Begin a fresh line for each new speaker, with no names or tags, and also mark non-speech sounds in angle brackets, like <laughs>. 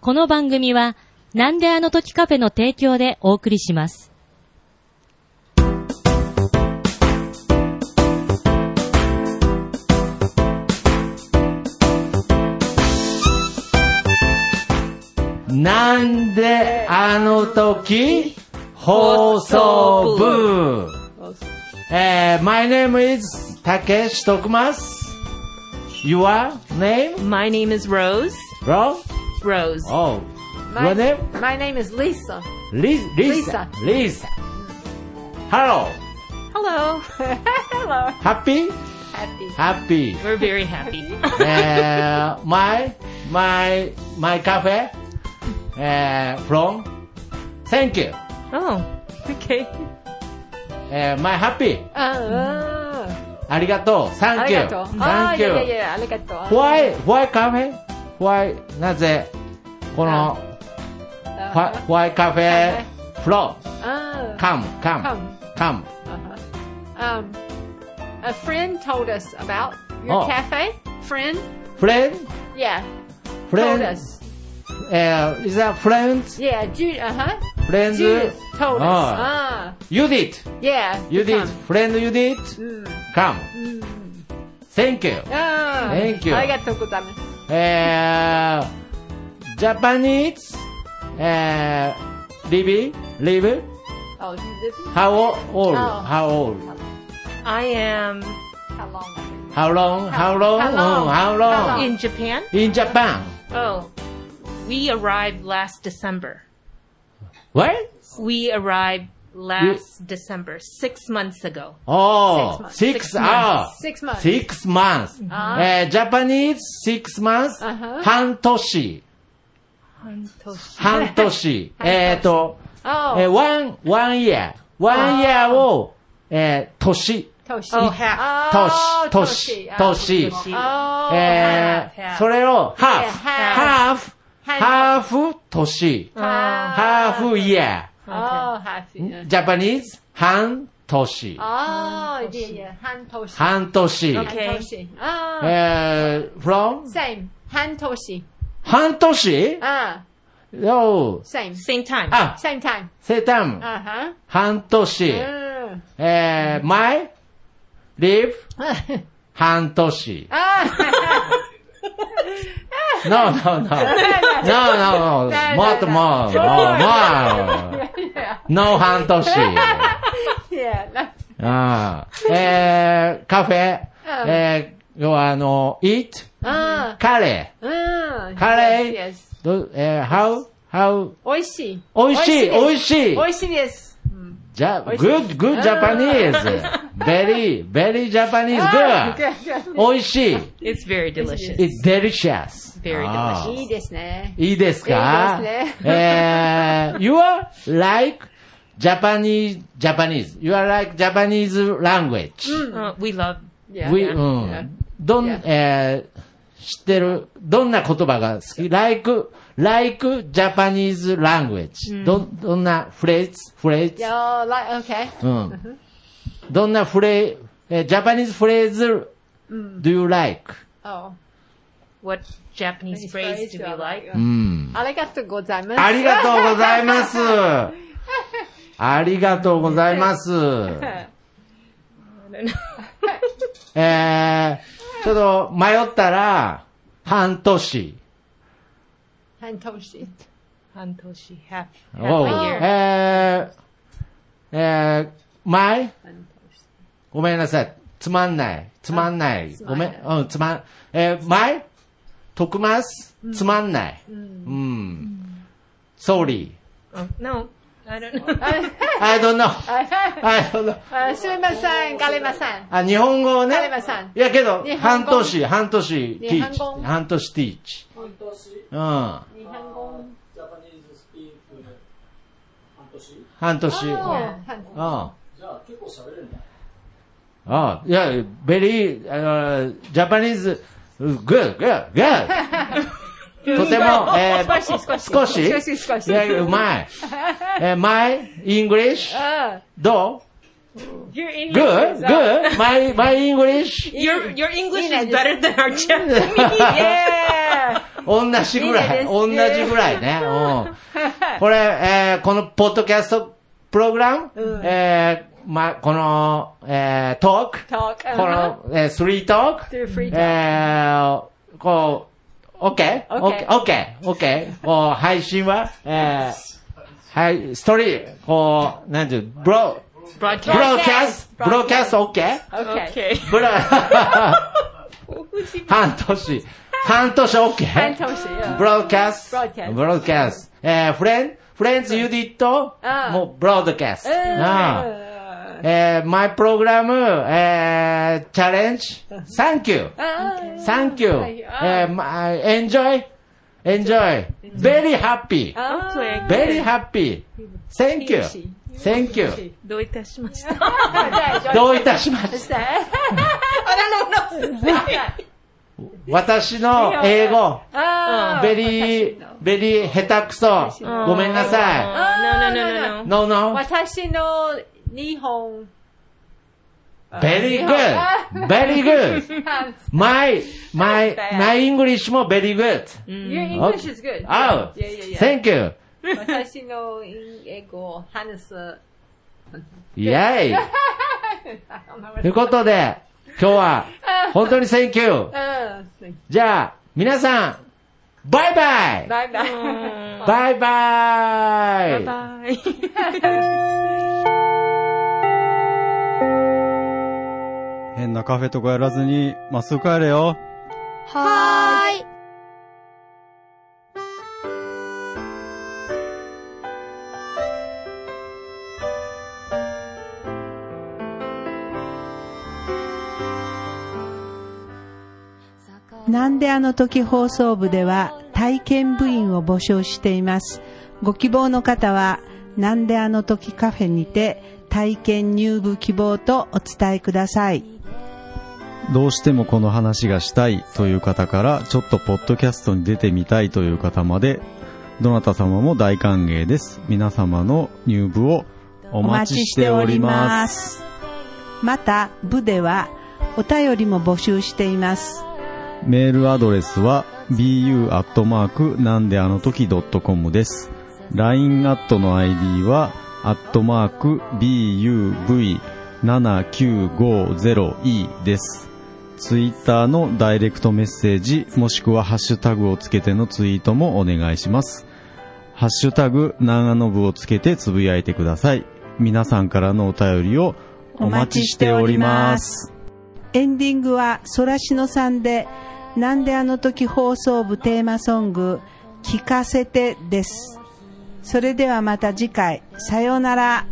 この番組は、なんであの時カフェの提供でお送りします。
なんであの時放送部えー、My name is 竹しとくます。Your name?
My name is Rose.
Ro?
Rose.
Oh.
My,
Your name?
my name is Lisa.
Li- Lisa. Lisa. Hello.
Hello. <laughs> Hello.
Happy?
Happy.
Happy. <laughs>
We're very happy.
<laughs>
えー、my, my, my cafe? えー、from? Thank you.
oh, okay.
えー、my happy.
Ah, あ
ありがとう。
あ
Thank
り
you.
がとう。ああ、
Thank
いやい
you.
やいや、ありがとう。
Why, why cafe? Why, なぜ、この、
あ
why, why cafe from?
ah, あ
Come, come,
Come.
come.
Uh-huh. Um, a friend told us about your
Oh.
cafe. Friend?
Friend,
Yeah. Told
friend,
us.
えー、is that friends?
Yeah, Jude, uh-huh.
Friends?
Judith told us.
Ah.
Ah.
You did.
Yeah.
You did.
come. Mm.
Friend, you did. Come. Thank you.
ああ。
Thank you.
ありがとうございます。
えー、ジャパニーズ、えー、リビ、リブ、
Oh, this is
how old,
Oh.
how old,
I am
how long.
how long, how long,
How long?
Mm, how
How
long,
long?
in Japan.
in Japan.
Oh, we arrived last December.
What?
We arrived last December, six months ago.
Oh,
Six
six hours.
Six months.
Six months. えー、ジャパニーズ six months.
Uh-huh.
半年。半年。えっと、
Oh.
えー、one, one year. one year を、えー、年。
Toshi.
Oh, half.
あー
年。
Toshi あ
年。年。
Toshi.
え
ー
ー、それを、ハー
Yeah,
フ、ハーフ、ハーフ、年、ハーフ、イヤ
ああ、ハーフ。
ー、ジャパニーズ、半年、
ああ、いやいや、半年。
半年、
Okay.
半年。ああ、
えー、from?
same。半年。
半年
ああ、
?no,
same。
Same time.
あ、
same time。
セタム、
あは。
半年、
うん。
えー、my, live, 半年。
<laughs> あ
no, no, no, no, no, no,
ない
もっともう、もう、もう、
あ、
no 半年。
いや、な、
ああ。えー、カフェ、
うん
えー、要はあの、eat,
あ
カレ
あ、うん。
カレー
Yes, yes.
ー。ど、えー、how, how,
美味しい。
美味しい、美味
い。
しい
美。味しいです。
じゃ、
味しい
good, good Japanese. very, very Japanese,
あ
good. 美味しい。
It's very delicious.
it's delicious.
Very
ああ
いいですね。
いいですか
いいです
<laughs> えー、you are like Japanese, Japanese. You are like Japanese language.
Uh, we love.
Yeah.
う
Yeah.
ん。どん、
Yeah.
えー知ってる、どんな言葉が好き ?like, like Japanese language. ど、どんなフレーズフレーズ
Yeah, like, okay.
うん。どんなフレえー、Japanese フレーズ do you like?
Oh.
What Japanese phrase do we like?
うん。
ありがとうございます。
ありがとうございます。ありがとうございます。
<laughs>
えー、ちょっと迷ったら、半年。
半年。
Hantoshi, half, half
おう
a year.
えー、えー、前ごめんなさい。つまんない。つまんない。ごめん。うん、つまん、えー、前徳ます。つまんない。うん。sorry.
Oh, no, I don't <laughs> know.
I don't know. I don't know.
あすみません、ガレマさん。
あ、日本語をね
カレマさん。
いやけど
日、本
半
語
年、半年、
日
teach
本。語
半年 teach。半年。うん。
日本語。
半年。
お
うん。
半
ああ。じゃあ結構喋れるんだ。ああ、いや、ベリー、あの、ジャパニーズ、グー、グー、グー。とても、
<laughs>
えー、少し、
少し少し
Uh,
いや、うまい。えー、my English,
あ
どう
Your English
Good?
is up.
Good? My, my English?
uh, Your your English is better than <laughs> our Japanese.
Yeah.
同じぐら
い
い。
いですね
同じぐらいね。うん。これ、えーこのポッドキャストプログラム、えーま、この、えートーク、
Talk. uh-huh.
この、えースリートーク、
Through free talk.
えーこう、
OK
OK?OK?OK?、OK こう、配信は、えーはい、ストーリー、こう、なんていう、ブロ、ブ
Broadcast.
ローキャスト、ブローキャスト OK?
Okay.
Okay.
ブロ、半年、半年 OK?
Fantoshi, yeah.
ブロードキャスト。
Broadcast
ブロードキャスト。えー、フレン、フレンズユディット、
ああ
もうブロードキャスト。ああ
Uh,
えー、マイプログラム、えー、チャレンジ、サンキュー、
ah,
サンキュー、えー、ま、エンジョイ、エンジョイ、ベリーハッピー、
ah.
Okay.
ベリーハッピー、センキュー
She.、
センキュー、
どういたしました。
どういたしまして
<laughs> Oh,
I don't
<laughs>
know. No.
私の英語、
Ah,
Oh.
ベリー、ベリー下手くそ、ごめんなさ
No, no, no, no,
い。No,
no.
no.
私の日本
Very good. Very good. My, my, my English も very good.
Your English is good.
Oh,
Yeah, yeah, yeah.
thank you.
私の英語を話す。
Yay. <laughs> ということで、今日 <laughs> は本当に Thank you.
うん。
じゃあ、皆さん、バイバイ
バイバイ。
バイバイ
Bye.
変なカフェとかやらずに、まっすぐ帰れよ。
なんであの時放送部では体験部員を募集しています。ご希望の方は、なんであの時カフェにて体験入部希望とお伝えください。
どうしてもこの話がしたいという方から、ちょっとポッドキャストに出てみたいという方まで、どなた様も大歓迎です。皆様の入部をお待ちしております。
す。また、部ではお便りも募集しています。
メールアドレスは bu アットマークなんであの時 .com です。LINE アットの ID はアットマーク buv7950e です。ツイッターのダイレクトメッセージもしくはハッシュタグをつけてのツイートもお願いします。ハッシュタグ長野部をつけてつぶやいてください。皆さんからのお便りをお待ちしております。
エンディングはソラシノさんで、なんであの時放送部テーマソング、聞かせてです。それではまた次回、さようなら。